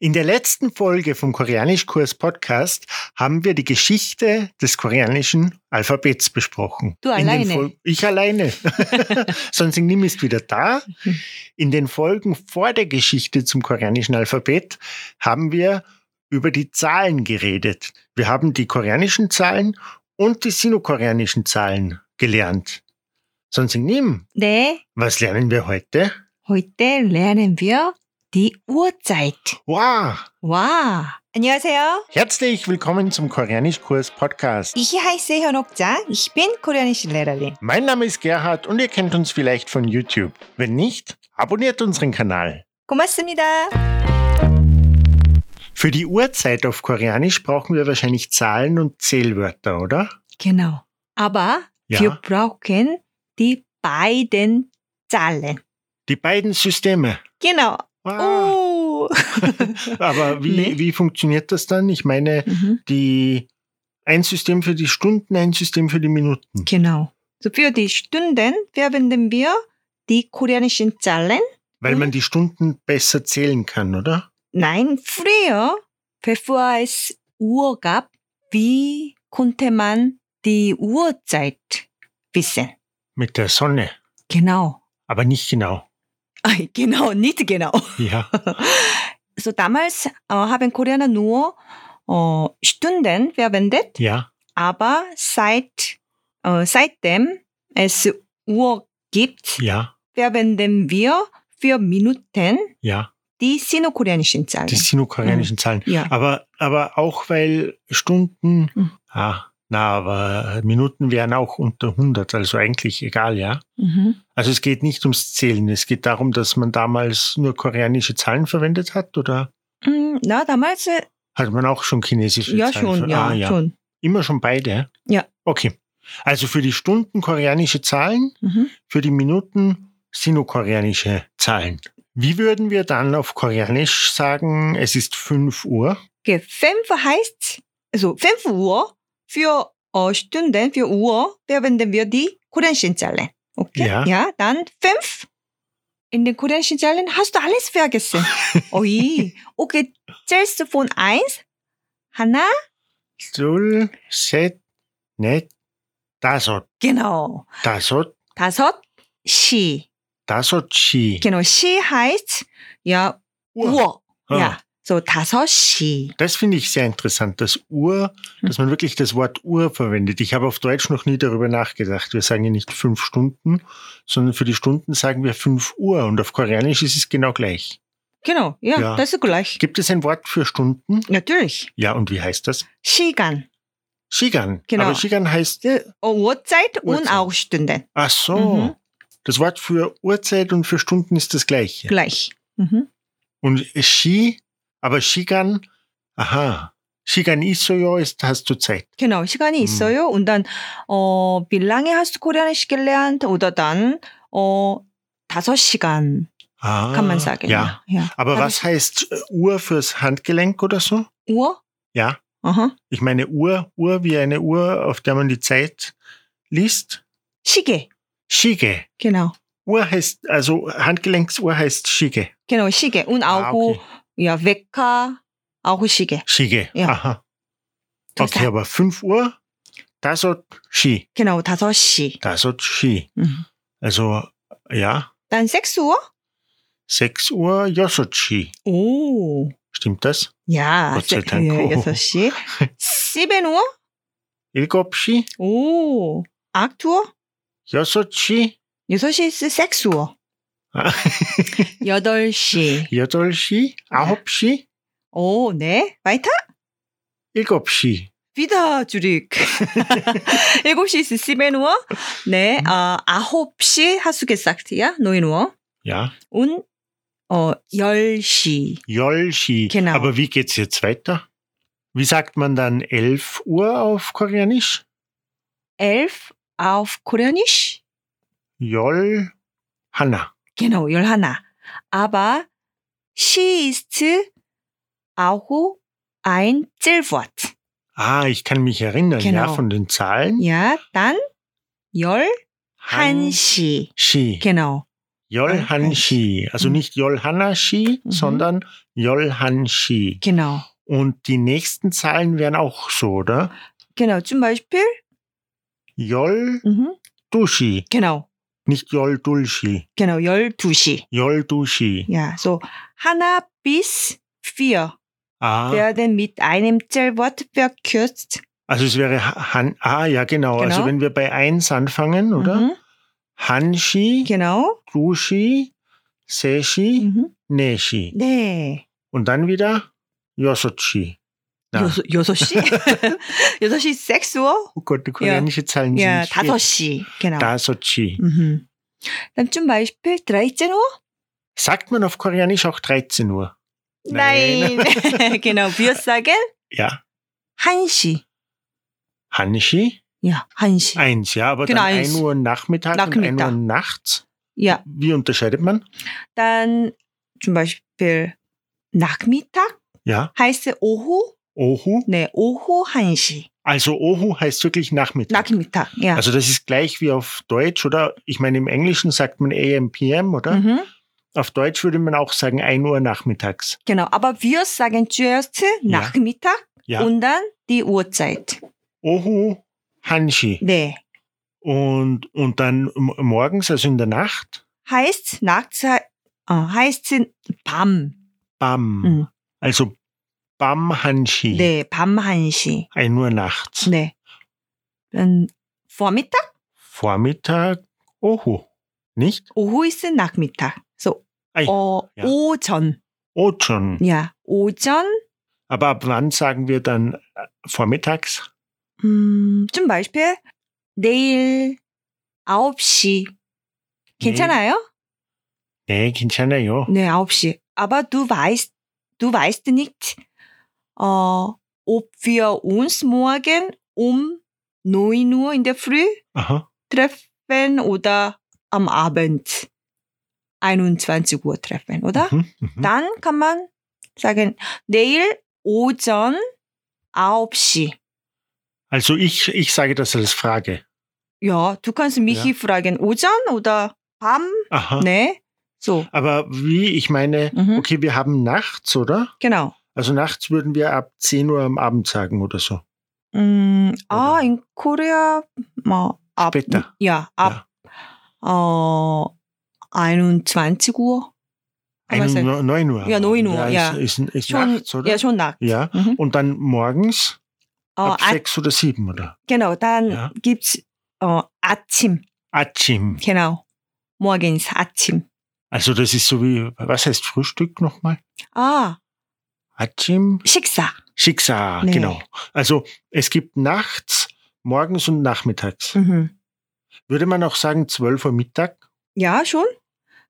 In der letzten Folge vom Koreanischkurs Podcast haben wir die Geschichte des koreanischen Alphabets besprochen. Du In den alleine? Fol- ich alleine. Sonst Nim ist wieder da. In den Folgen vor der Geschichte zum koreanischen Alphabet haben wir über die Zahlen geredet. Wir haben die koreanischen Zahlen und die sinokoreanischen Zahlen gelernt. Sonst Nim, 네, was lernen wir heute? heute lernen wir die Uhrzeit. Wow! Wow. 안녕하세요. Herzlich willkommen zum Koreanischkurs Podcast. Ich heiße 현옥자. Ich bin Koreanischlehrerin. Mein Name ist Gerhard und ihr kennt uns vielleicht von YouTube. Wenn nicht, abonniert unseren Kanal. 고맙습니다. Für die Uhrzeit auf Koreanisch brauchen wir wahrscheinlich Zahlen und Zählwörter, oder? Genau. Aber Ja. wir brauchen die beiden Zahlen. Die beiden Systeme. Genau. Wow. Oh. Aber wie, Nee. wie funktioniert das dann? Ich meine, Mhm. die ein System für die Stunden, ein System für die Minuten. Genau. So für die Stunden verwenden wir die koreanischen Zahlen. Mhm. Weil man die Stunden besser zählen kann, oder? Nein, früher, bevor es Uhr gab, wie konnte man die Uhrzeit wissen? Mit der Sonne. Genau. Aber nicht genau. genau, nicht genau. Ja. So damals äh, haben Koreaner nur äh, Stunden verwendet, Ja. aber seit, äh, seitdem es Uhr gibt, Ja. verwenden wir für Minuten Ja. die sinokoreanischen Zahlen. Die Mhm. sinokoreanischen Zahlen. ja. Aber, aber auch weil Stunden, Mhm. ah, na, aber Minuten wären auch unter 100, also eigentlich egal, ja. Mhm. Also es geht nicht ums Zählen, es geht darum, dass man damals nur koreanische Zahlen verwendet hat oder Mm, Na, damals, äh, ver- hat man auch schon chinesische ja Zahlen? schon, ver- ja, ah, ja. schon. Immer schon beide? Ja. Okay. Also für die Stunden koreanische Zahlen, Mhm. für die Minuten sinokoreanische Zahlen. Wie würden wir dann auf Koreanisch sagen, es ist 5 Uhr? Okay, 5 heißt, also 5 Uhr für äh, Stunden, für Uhr verwenden wir die koreanischen Zahlen. Okay? Ja. dann 5. In den koreanischen Zahlen hast du alles vergessen. Ui. Okay, zählst du von 1, 하나, 둘, 셋, 넷, 다섯, genau, 다섯, 다섯, 시. 다섯시. Genau, 시 heißt, ja, Uhr. Ah, Ja, so 다섯 시. Das finde ich sehr interessant, das Uhr, Hm. dass man wirklich das Wort Uhr verwendet. Ich habe auf Deutsch noch nie darüber nachgedacht. Wir sagen ja nicht fünf Stunden, sondern für die Stunden sagen wir fünf Uhr und auf Koreanisch ist es genau gleich. Genau, ja, Ja. das ist gleich. Gibt es ein Wort für Stunden? Natürlich. Ja, und wie heißt das? 시간. Shigan. Genau. Aber Shigan heißt, 어, Uhrzeit und Uhrzeit. auch Stunden. ach so, Mhm. das Wort für Uhrzeit und für Stunden ist das gleiche. gleich. Mhm. Und Shi, aber Shigan, aha, Shigan Isoyo ist, hast du Zeit. Genau, 시간이 음. 있어요. Und dann, 어, wie lange hast du Koreanisch gelernt? Oder dann, 어, 다섯 시간 Ah, kann man sagen. Ja. ja. Aber Habe was heißt äh, Uhr fürs Handgelenk oder so? ich- Uhr? Ja. Aha. Ich meine Uhr, Uhr wie eine Uhr, auf der man die Zeit liest. 시계. Shige. Genau. Uhr heißt, also Handgelenksuhr heißt Shige. Ah, Genau, 시계. Und 아, auch, ja, Wecker, auch Siege. Shige. Ja. Aha. Das Okay, heißt- aber 5 Uhr, dasot Shi. Genau, 다섯 시. Dasot Shi. Mhm. Also, ja, Dann 6 Uhr? 6 Uhr, Yosot Shi. 오. Stimmt das? 야, 예, 어째 단코. 6시. 7 Uhr? 일곱 시, 오. 8 Uhr? 여섯 시, 6시 is 6 Uhr. 아. 8시. 여덟 시, 아홉 시, 오, 네. weiter? 일곱 시. Wieder zurück. 7시 ist 7 Uhr. 네, 아, 9시 hast du gesagt, ja? 9 Uhr. Ja, Und 어, 10시. 열 시. Genau. Aber wie geht's jetzt weiter? Wie sagt man dann elf Uhr auf Koreanisch? 11 auf Koreanisch? 열 하나. Genau, 11. Aber she ist auch ein Zählwort. Ah, ich kann mich erinnern, ja, Genau. von den Zahlen. Ja, dann Han 11시. Shi. Genau. Yolhanshi. Also Mhm. nicht Yolhanashi, Mhm. sondern Yolhanshi. Genau. Und die nächsten Zahlen wären auch so, oder? Genau. Zum Beispiel. Yoldushi. Mhm. Genau. Nicht Yoldulshi. Genau. 12시. Yoldushi. Ja, so. 하나 bis vier Ah, werden mit einem Zählwort verkürzt. also es wäre Ha- Han. Ah, ja, genau. Also Genau. wenn wir bei 1 anfangen, oder? Mhm. Hanshi, Genau. Dushi, Seshi, Mhm. Neshi. 네. Und dann wieder Yosochi. Na, 여섯, 여섯 시? 여섯 시 6Uhr? oh Gott, die koreanische Zahlen sind 야, nicht 다섯 schlecht. 시. Genau. Dasochi. Mhm. Dann zum Beispiel 13 Uhr? Sagt man auf Koreanisch auch 13 Uhr? Nein. genau. Wir sagen Ja. 1시. Hanshi? Ja, 1시. Eins, ja, aber Genau, dann eins. 1 Uhr nachmittags und 1 Nachmittag. Uhr nachts. Ja, Wie unterscheidet man? dann zum Beispiel Nachmittag Ja. heißt 오후. Ohu. 네, 오후 1시. Also Ohu heißt wirklich Nachmittag. Nachmittag. Ja. Also das ist gleich wie auf Deutsch, oder? Ich meine, im Englischen sagt man AM, PM, oder? Mhm. Auf Deutsch würde man auch sagen 1 Uhr nachmittags. Genau. Aber wir sagen zuerst Nachmittag Ja. und dann die Uhrzeit. Ohu, Hanshi. 네. Und, und dann m- morgens, also in der Nacht, heißt nachts äh, heißt 밤. Bam. 음. Also Bam Hanshi. 네, 밤 1시. 1 Uhr nachts. 네. 음, vormittag, Vormittag, Ohu. Nicht? 오후 ist Nachmittag. So, Ei, 어, ja. 오전. Ochon. Ja, 오전. Aber ab wann sagen wir dann äh, vormittags? 음, zum Beispiel 내일 9시. 괜찮아요? Nee, 괜찮아요. 네, 9시. Aber du weißt, du weißt nicht, 어, ob wir uns morgen um 9 Uhr in der Früh Aha. treffen oder am Abend 21 Uhr treffen, oder? Mhm, mhm. Dann kann man sagen, 내일 오전 9시. Also ich, ich sage das als Frage. Ja, du kannst mich Ja. fragen, 오전 oder 밤? Aha. Ne? So, Aber wie, ich meine, Mhm. okay, wir haben nachts, oder? genau. Also nachts würden wir ab 10 Uhr am Abend sagen oder so. 음, 아, Oder- in Korea, 뭐, ab, Später. ja, ab, 어, 21 Uhr. Kann man Ein, sagen. 9 Uhr. am Ah, Ja, 9 Abend. Uhr, ja. Ist, ist, ist schon, nachts, oder? ja, schon Oh, Nacht. Ja. Mhm. Und dann morgens 어, ab 아, 6 oder 7, oder? Genau, dann Ja. gibt's äh, Achim. Achim. Genau. Morgens Achim. Also das ist so wie, was heißt Frühstück nochmal? Ah, Achim. 식사. Schicksal, Nee. genau. Also es gibt nachts, morgens und nachmittags. Mhm. Würde man auch sagen 12 Uhr Mittag? Ja, schon.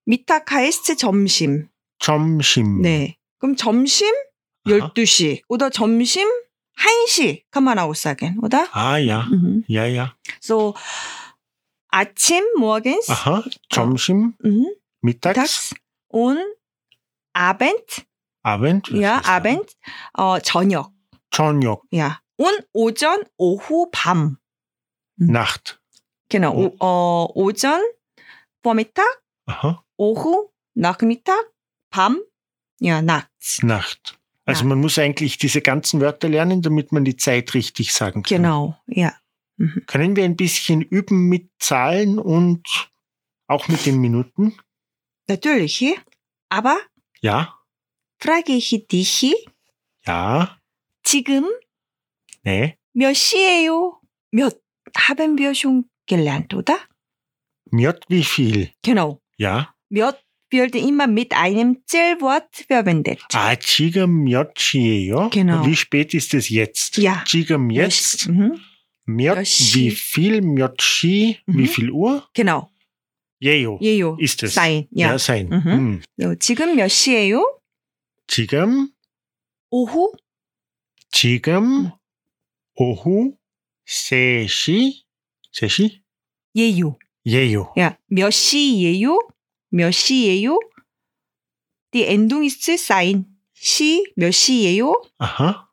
Mittag heißt 점심. Chomshim. 네. 그럼 점심 Aha. 12시. oder 점심 1시. kann man auch sagen, oder? Ah ja, Mhm. ja, ja. So, 아침, 뭐 morgens, Aha, Chomshim, mhm, mittags, mittags und Abend, Abend. ja, Abend, 어, 저녁, Chonyok, ja. und 오전, 오후, 밤. Nacht. Genau, 오, 어, 오전, vormittag, Aha, 오후, Nachmittag, 밤, ja, nachts. Nacht. Also man muss eigentlich diese ganzen Wörter lernen, damit man die Zeit richtig sagen kann. Genau, ja. Mhm. Können wir ein bisschen üben mit Zahlen und auch mit den Minuten? Natürlich. Aber Ja, frage ich dich, ja, Ne. 지금 nee. 몇 시예요? 몇 haben wir schon gelernt, oder? Miot wie viel? Genau. Ja. 몇 wird immer mit einem Zählwort verwendet. Ah, 지금 몇 시예요? Genau. Wie spät ist es jetzt? Ja. 지금 jetzt. Mhm. 몇, 몇 시. wie viel? 몇 시? Mhm. Wie viel Uhr? Genau. 예요. 예요. Ist es. sein. Ja, Ja. sein. Mhm. Hm. So, 지금 몇 시예요? 지금, 오후 지금, 음. 오후, 3시, 3시? 예요. 예요. 야, 몇 시예요? 몇 시예요? The ending is sign. 시, 몇 시예요? 아하.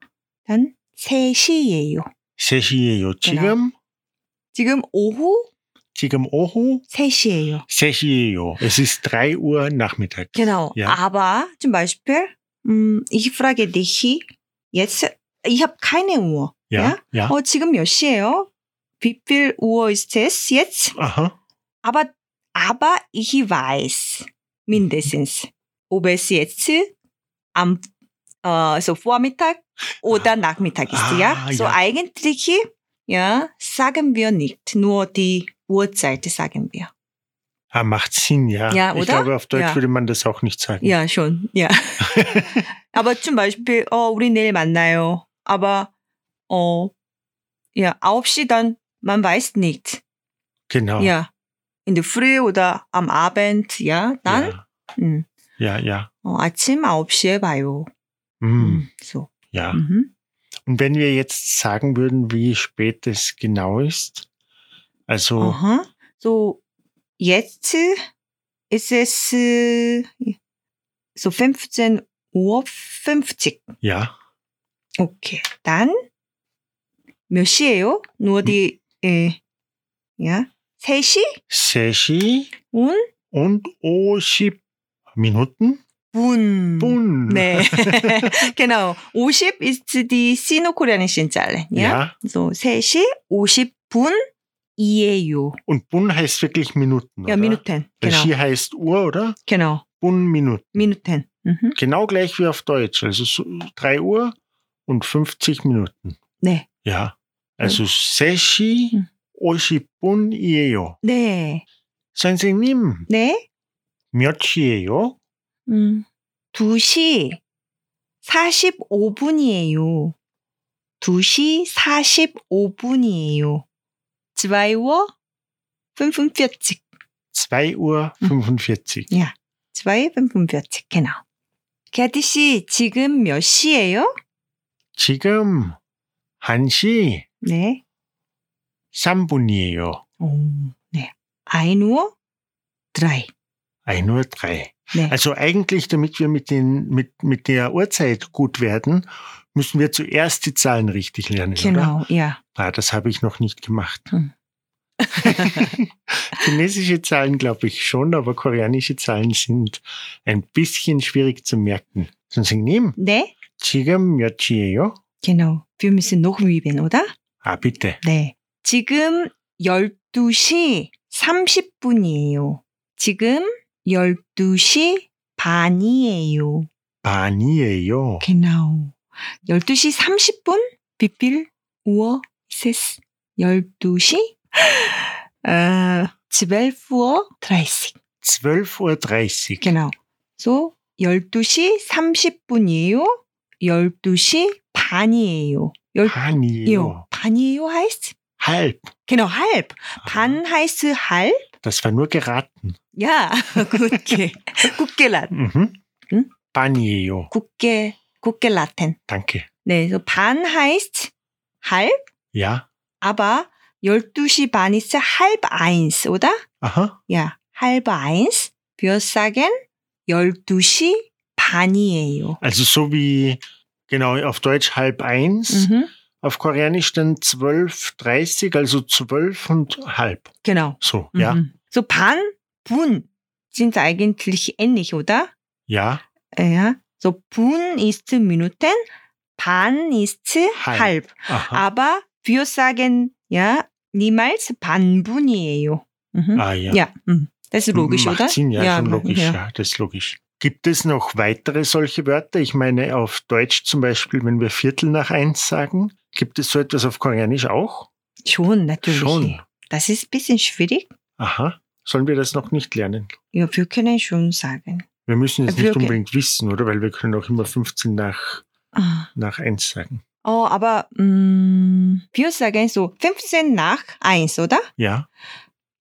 단, 3시예요. Genau. 3시예요. 지금, 지금 오후 지금 오후 3시예요. 3시예요. Es ist 3 Uhr Nachmittag. Genau. Ja. Aber zum Beispiel, 음, ich frage dich jetzt, ich habe keine Uhr. Ja, ja. 어, 지금 몇 시예요? Wie viel Uhr ist es jetzt? Aha. Aber, aber ich weiß mindestens, ob es jetzt am äh, so Vormittag oder Nachmittag ist. ja? Ah, So ja. eigentlich ja, sagen wir nicht, nur die Uhrzeit sagen wir. Ah, macht Sinn, ja. Ja, Ich oder? glaube, auf Deutsch Ja. würde man das auch nicht sagen. Ja, schon. Ja. aber zum Beispiel, 어, 우리 내일 만나요. Aber, 어, ja, 9시 dann, man weiß nicht. Genau. Ja. In der Früh oder am Abend, ja, dann, Ja, 음, ja. ja. 어, 아침 9시에 봐요. Hm, 음, so. ja. Mhm. Und wenn wir jetzt sagen würden, wie spät es genau ist, also Aha. So, jetzt ist es äh, so 15.50 Uhr. ja, Okay, dann 몇 시예요? Nur die, äh, ja, 3시 Seshi und und Oshi Minuten? 분. Bun. 네. genau. 50 ist die sino-koreanischen Zahlen. Ja? Ja. So, 3시 50분이에요. Und Bun heißt wirklich Minuten. Ja, oder? Minuten. Genau. Regie heißt Uhr, oder? Genau. Bun Minuten. Minuten. Mhm. Genau gleich wie auf Deutsch. Also so 3 Uhr und 50 Minuten. 네. Ja. Also Hm. Seshi Mhm. Oshi Bun Ieo. 네. 선생님, 네. 몇 시예요? 음. 2시 45분이에요. 2시 45분이에요. 2워 45. 2 Uhr 45. Hm. 2의 45. genau. 게디 씨, 지금 몇 시예요? 지금 1시 네. 3분이에요. 오, 네. 1우어 3. 1.03 Uhr. 네. Also eigentlich, damit wir mit, den, mit, mit der Uhrzeit gut werden, müssen wir zuerst die Zahlen richtig lernen. Oder? genau. Ja. Ah, das habe ich noch nicht gemacht. Hm. Chinesische Zahlen glaube ich schon, aber koreanische Zahlen sind ein bisschen schwierig zu merken. 선생님, 네. 지금 몇 시예요? genau. Wir müssen noch üben, oder? Ah, bitte. 네. 지금 12시 30분이에요. 지금 12시 반이에요. 반이에요. Genau. 12시 30분? Wie viel Uhr ist es? 12시? Äh, 12 Uhr 30. 12.30 Uhr. Genau. So, 12시 30분이에요. 12시 반이에요. 12, 반이에요. 반이에요 heißt? Halb. Ah, Genau, halb. 아. 반 heißt halb. Das war nur geraten. Ja, gutge. Gutge Latin. Mhm. Hm? 반이에요. Gutge, gutge Latin. Danke. Nee, so 네, 반 heißt halb. Ja. Aber 12시 반 ist halb eins, oder? Aha. Ja, halb eins. Wir sagen 12시 반이에요. Also so wie, genau, auf Deutsch halb eins, Mhm. auf Koreanisch dann 12.30 also zwölf und halb. Genau. So, Mhm. ja. So 반, 분 sind eigentlich ähnlich, oder? Ja. Ja. So 분 ist Minuten, 반 ist Halb. halb. Aha. Aber wir sagen ja niemals 반분이에요. Mhm. Ah, ja. Ja, mhm. das ist logisch, Macht oder? Sinn, ja, schon logisch, ja. ja. das ist logisch. Gibt es noch weitere solche Wörter? Ich meine, auf Deutsch zum Beispiel, wenn wir Viertel nach eins sagen, gibt es so etwas auf Koreanisch auch? Schon, natürlich. Schon. Das ist ein bisschen schwierig. Aha. Sollen wir das noch nicht lernen? Ja, wir können schon sagen. Wir müssen es Wir nicht können- unbedingt wissen, oder? Weil wir können auch immer 15 nach, Ah. nach 1 sagen. Oh, aber mm, wir sagen so 15 nach 1, oder? Ja.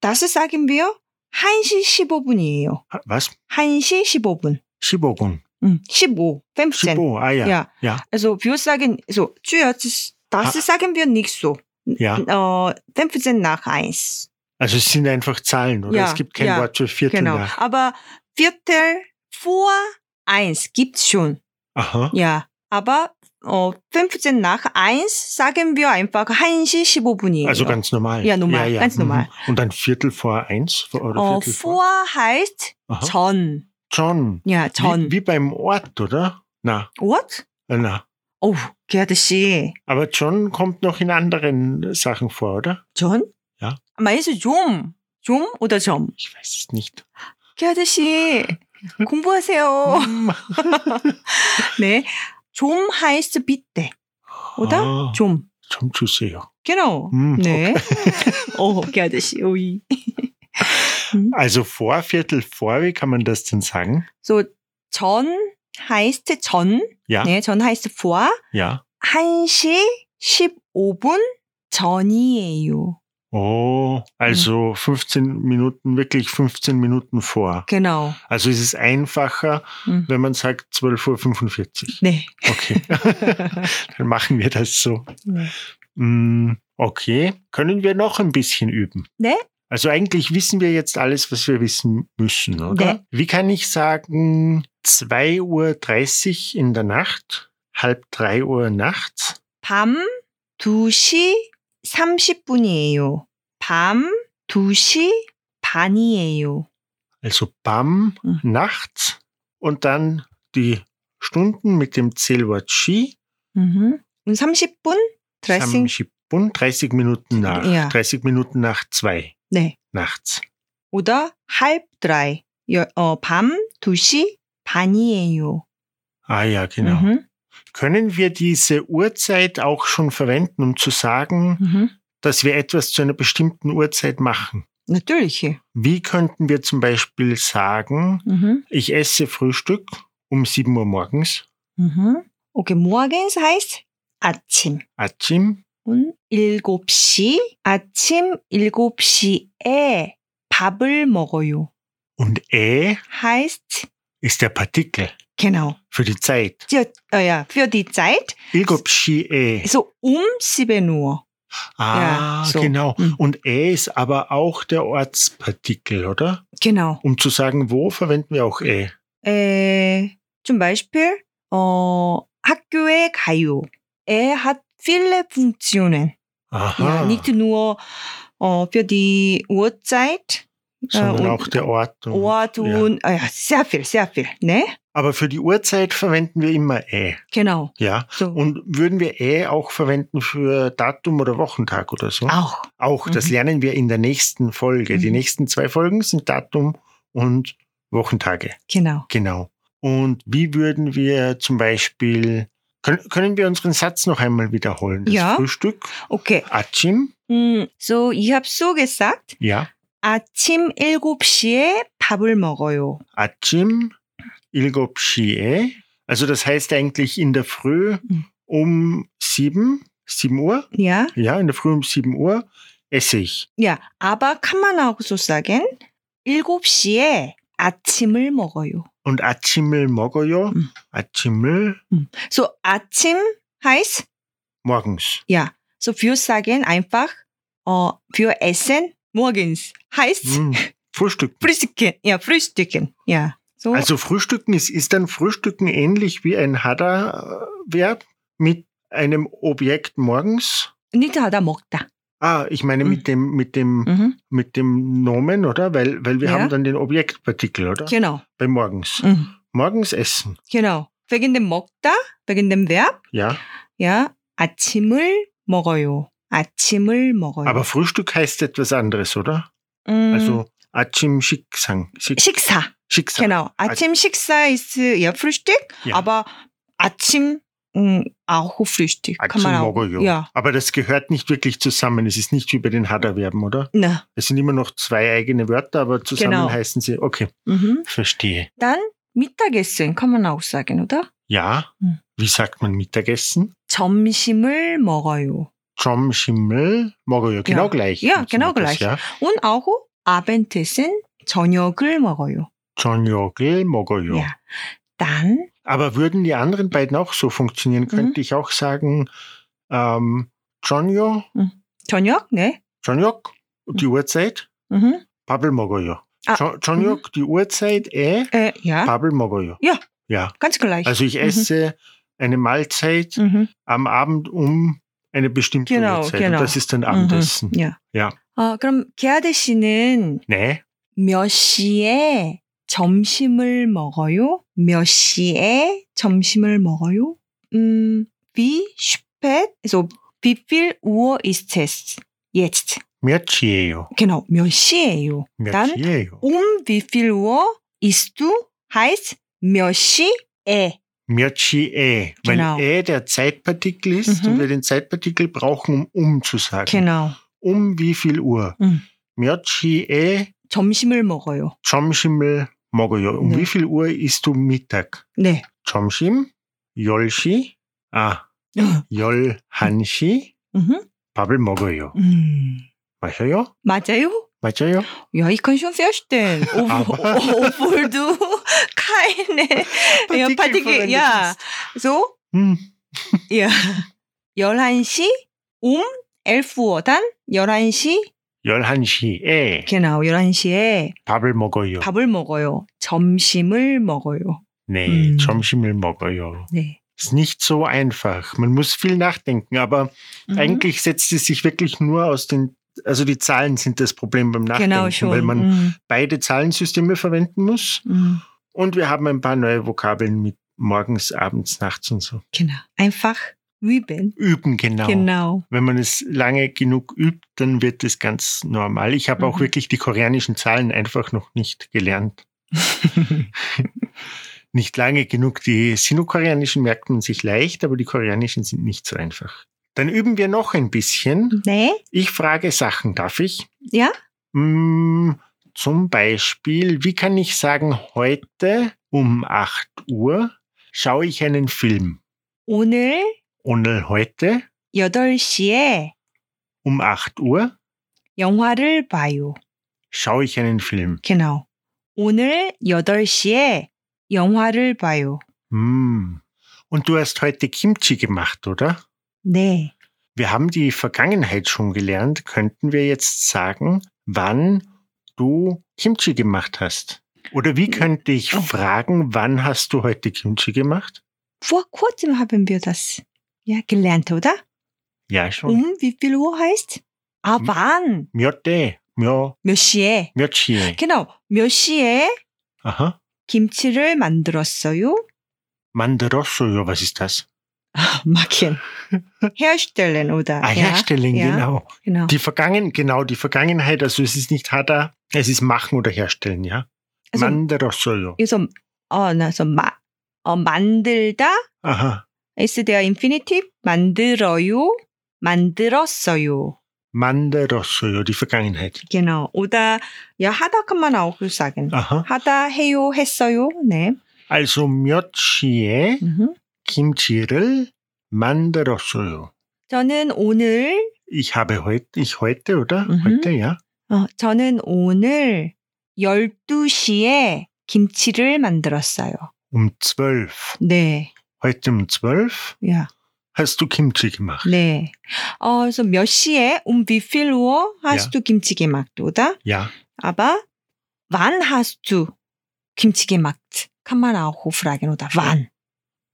Das sagen wir 1시 15분이에요. Ah, Was? 1시 15분. Shibogun. 음, 15, 15. Shibo, ah ja. Ja. Ja. Also wir sagen so, zuerst, das Ah. sagen wir nicht so. ja. Äh, 15 nach 1. Also es sind einfach Zahlen, oder? Ja, es gibt kein ja, Wort für Viertel genau. nach. Aber Viertel vor eins gibt's schon. Aha. Ja. Aber 어, 15 nach 1 sagen wir einfach 1시 15분이에요. Also ganz normal. genau. Ja, normal, ganz mhm. normal. Oh, Und ein Viertel vor eins? vor- Oder 어, Viertel vor? vor heißt Aha. 전. John. 야, 전. Wie, wie beim Ort, oder? Na, What? äh, na. 어우, 기아드 씨. Aber John kommt noch in anderen Sachen vor, oder? 전? 야. 말해서 좀. 좀 oder 점. Ich weiß es nicht. 기아드 씨. 공부하세요. Hm. 네. 좀 heißt bitte. Oder? Ah, 좀. John Juseo. Genau. 음, 네. 오, 기아드 씨. 오이. Also vor Viertel vor, wie kann man das denn sagen? So, 전 heißt 전. Ja, 네, 전 heißt vor. ja. 1시 15분 전이에요. Oh, Mhm. also 15 Minuten, wirklich 15 Minuten vor. Genau. Also es ist einfacher, 음. wenn man sagt 12.45 Uhr. 네. Okay, dann machen wir das so. Mm, Okay, können wir noch ein bisschen üben? Ne? Also eigentlich wissen wir jetzt alles, was wir wissen müssen, oder? Ne. Wie kann ich sagen, 2.30 Uhr in der Nacht, halb 3 Uhr nachts? 밤 2시 30분이에요. 밤 2시 반이에요. Also BAM Mhm. nachts und dann die Stunden mit dem Zählwort Shi. 음. 30분? 30? 30, 30 Minuten nach. Ja. 30 Minuten nach zwei 네. nachts. 오다 half dry. 여- 어, 밤 2시 반이에요. Ah ja, genau. 음. Können wir diese Uhrzeit auch schon verwenden, um zu sagen, 음. dass wir etwas zu einer bestimmten Uhrzeit machen? Natürlich. Wie könnten wir zum Beispiel sagen, 음. ich esse Frühstück um 7 Uhr morgens, 음. Okay, morgens heißt 아침. Achim, 은 7시, 아침 7시에 밥을 먹어요. und Ä heißt, ist der Partikel genau. für die Zeit. Für, äh, ja, für die Zeit, Ilgopshi Ä. so um 7 Uhr. Ah, Ja, so. genau. Mhm. Und Ä ist aber auch der Ortspartikel, oder? Genau. Um zu sagen, wo verwenden wir auch Ä? 에, zum Beispiel, 어, 학교에 가요. 에 hat viele Funktionen. Aha. Ja, nicht nur 어, für die Uhrzeit, sondern äh, und- auch der Ort. und- Ort und äh, ja, sehr viel, sehr viel. Ne? Aber für die Uhrzeit verwenden wir immer Ä. Genau. Ja. So. Und würden wir Ä auch verwenden für Datum oder Wochentag oder so? auch. Auch, das Ah, Mhm. lernen wir in der nächsten Folge. Die Mhm. nächsten zwei Folgen sind Datum und Wochentage. Genau. Genau. Und wie würden wir zum Beispiel, können, können wir unseren Satz noch einmal wiederholen? Das Ja. Frühstück, Okay. Achim, 음, so ich habe so gesagt. ja, 아침 7시에 밥을 먹어요. Achim, Ilgopschie. Also das heißt eigentlich in der Früh Mhm. um sieben, sieben Uhr, Ja. ja, in der Früh um sieben Uhr esse ich. Ja, aber kann man auch so sagen? 7시에 아침을 먹어요. Und Achimel Mogoyo, Mhm. Achimel So 아침 heißt morgens. ja. So wir sagen einfach 어, für Essen morgens heißt Mhm. Frühstück. Frühstücken. Ja, Frühstücken. Ja. So Also Frühstücken ist, ist dann Frühstücken ähnlich wie ein Hada-Verb mit einem Objekt morgens? nicht 하다 먹다. Ah, ich meine mit dem, mit dem, Mhm. mit dem Nomen, oder? Weil, weil wir Ja. haben dann den Objektpartikel, oder? Genau. Bei morgens. 음. Morgens essen. Genau. wegen dem 먹다, wegen dem Verb Ja. 야, 아침을 먹어요. 아침을 먹어요. Aber Frühstück heißt etwas anderes, oder? 음, Also Achim Schicksang. Schick- 식사. Schicksang. Genau. 아침 식사 ist ja Frühstück, Ja. aber 아침 음, auch Frühstück. Achim Mogoyo. Ja. Aber das gehört nicht wirklich zusammen. Es ist nicht wie bei den Hada-Verben, oder? Ne. Es sind immer noch zwei eigene Wörter, aber zusammen Genau. heißen sie. Okay, Mhm. verstehe. Dann Mittagessen kann man auch sagen, oder? Ja. Hm. Wie sagt man Mittagessen? 점심을 먹어요. Chom Schimmel, Mogoyo, genau Ja. gleich. Ja, genau funktioniert das, gleich. Ja. Und auch Abendessen 저녁을 먹어요. John Jogel, Mogoyo. Ja. Dann Aber würden die anderen beiden auch so funktionieren? Könnte Mhm. ich auch sagen, ähm, Johnjo, 저녁, 네. Johnjok, die Uhrzeit, Mhm. Babel Mogoyo. Ah, Jo- Johnjok, die Uhrzeit, äh, Äh, ja, Babel Mogoyo. Ja. Ja. ganz gleich. Also ich esse eine Mahlzeit Mhm. am Abend um eine bestimmte Genau, Uhrzeit. genau. Und das ist dann 음, Abendessen. 야. 야. 어, 그럼 게아데 씨는 Nee, 몇 시에 점심을 먹어요? 몇 시에 점심을 먹어요? 음, wie spät, also wie viel Uhr ist es jetzt? Mercieo. Genau, 몇 시에요? Dann- Mercieo. Um wie viel Uhr isst du? Heißt 몇 시에. Mercie. Genau. Weil ä der Zeitpartikel ist Mhm. und wir den Zeitpartikel brauchen, um um zu sagen. Genau. Um wie viel Uhr? Mhm. Mercieo, 점심을 먹어요. Chomschimmel, Mogoyo. Um Nee. wie viel Uhr isst du Mittag? 네. Chomschim, Yolshi, ah, Yolhanshi, 음, Babel Mogoyo. 음. 맞아요? 맞아요? 맞아요? Ja, ich kann schon verstehen. Obwohl, Aber- obwohl du keine Partikel ja, Partikel, verwendet ja. hast. So, Hm. ja. 11시 um 11 Uhr, dann 11시, 11시에 genau, 11시에 밥을 먹어요. 밥을 먹어요. 점심을 먹어요. Nee, 음. 점심을 먹어요. 네. Ist nicht so einfach. Man muss viel nachdenken, aber eigentlich setzt es sich wirklich nur aus den, also die Zahlen sind das Problem beim Nachdenken, genau schon. weil man Mhm. beide Zahlensysteme verwenden muss. Mhm. Und wir haben ein paar neue Vokabeln mit morgens, abends, nachts und so. Genau. Einfach üben. Üben, genau. Genau. Wenn man es lange genug übt, dann wird es ganz normal. Ich habe auch Mhm. wirklich die koreanischen Zahlen einfach noch nicht gelernt. nicht lange genug. Die sinokoreanischen merkt man sich leicht, aber die koreanischen sind nicht so einfach. Dann üben wir noch ein bisschen. 네. Ich frage Sachen, darf ich? Ja. Mm, zum Beispiel, wie kann ich sagen, heute um 8 Uhr schaue ich einen Film. 오늘 Ohne heute 8시에 um 8 Uhr 영화를 봐요. schaue ich einen Film. Genau. 오늘 8시에 영화를 봐요. Mm. Und du hast heute Kimchi gemacht, oder? 네. Wir haben die Vergangenheit schon gelernt. Könnten wir jetzt sagen, wann du Kimchi gemacht hast? Oder wie könnte ich Oh. fragen, wann hast du heute Kimchi gemacht? Vor kurzem haben wir das ja, gelernt, oder? Ja, schon. Um wie viel Uhr heißt? 아, 음. wann? Myote, myo, 몇 시에? myochi. Genau. 몇 시에 Aha. 김치를 만들었어요? Mandarosoyo, was ist das? 아, machen. Herstellen, oder? Ah, Herstellen, ja. genau. genau. Die Vergangen, genau, die Vergangenheit, also es ist nicht hada, es ist machen oder herstellen, ja? Also- Mandarosoyo. 그래서, 어, 나서 마, 어, 만들다? Aha. Ist der Infinitiv? 만들어요? 만들었어요. Mandarosoyo, die Vergangenheit. Genau. Oder ja, 하다 kann man auch sagen. Aha. 하다 해요 했어요. 네. Also myochie. Mhm. 김치를 만들었어요. 저는 오늘 Ich habe heute, ich heute, oder? Mhm. Heute, ja. 어, 저는 오늘 12시에 김치를 만들었어요. Um zwölf. 네. Heute um zwölf 야. hast du Kimchi gemacht. 네. 어, 그래서 몇 시에 um wie viel Uhr hast du 김치 gemacht, oder? Ja. Aber wann hast du 김치 gemacht? kann man auch fragen, oder? wann?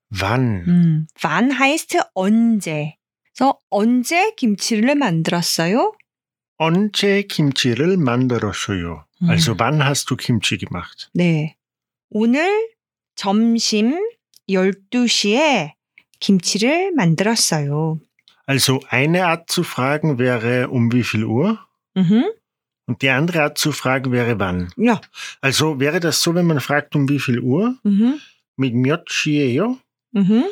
Wann? 음, wann heißt 언제. 그래서 언제 김치를 만들었어요? 언제 김치를 만들었어요? 음. Also wann hast du Kimchi gemacht? 네. 오늘 점심 12시에 김치를 만들었어요. Also eine Art zu fragen wäre um wie viel Uhr? 음. Und die andere Art zu fragen wäre wann? 야. Also wäre das so, wenn man fragt um wie viel Uhr 음. mit Myochieyo, 음.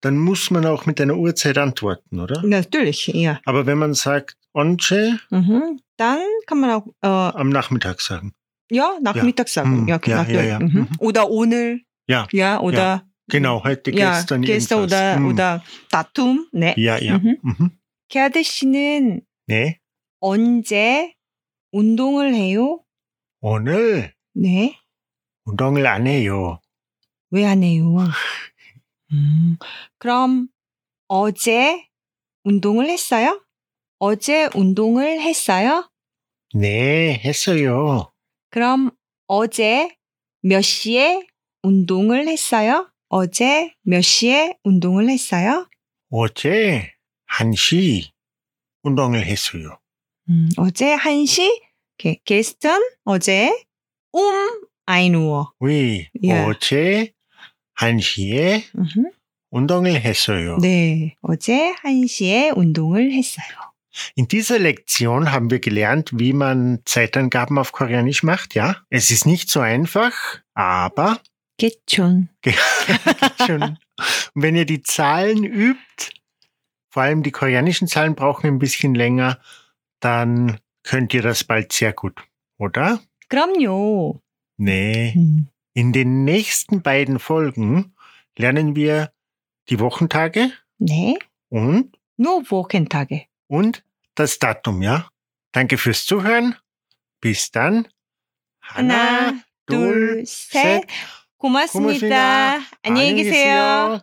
dann muss man auch mit einer Uhrzeit antworten, oder? Mhm. 네, Natürlich, ja. Aber wenn man sagt, onche 음. Dann kann man auch äh, am Nachmittag sagen. ja, Nachmittag sagen. 음, Ja, ja, natürlich. ja, ja. Mhm. Mhm. Oder ohne. Ja. Ja, oder Genau, heute Mhm. ja, gestern gestern jedenfalls. oder Hm. oder Datum. 네. Ja, ja. Mhm. Mhm. 게아드 씨는 Nee, 언제 운동을 해요? 오늘 네. 운동을 안 해요. 왜 안 해요? 음, 그럼 어제 운동을 했어요? 어제 운동을 했어요? Nee, 했어요. 그럼 어제 몇 시에 운동을 했어요? 어제 몇 시에 운동을 했어요? 어제 한시 운동을 했어요. 음, 어제 1시, 이렇게 게스트는 어제 um 1우어. 위 예. 어제 한시에 운동을 했어요. 네, 어제 1시에 운동을 했어요. In dieser Lektion haben wir gelernt, wie man Zeitangaben auf Koreanisch macht, ja? Es ist nicht so einfach, aber 개촌. schon. Und wenn ihr die Zahlen übt, vor allem die koreanischen Zahlen brauchen ein bisschen länger, dann könnt ihr das bald sehr gut, oder? 그럼요. Nee. 음, In den nächsten beiden Folgen lernen wir die Wochentage 네, und, 노보켄타게. und das Datum, ja? Danke fürs Zuhören. Bis dann. 하나, 둘, 셋. 고맙습니다. 고맙습니다. 안녕히 계세요.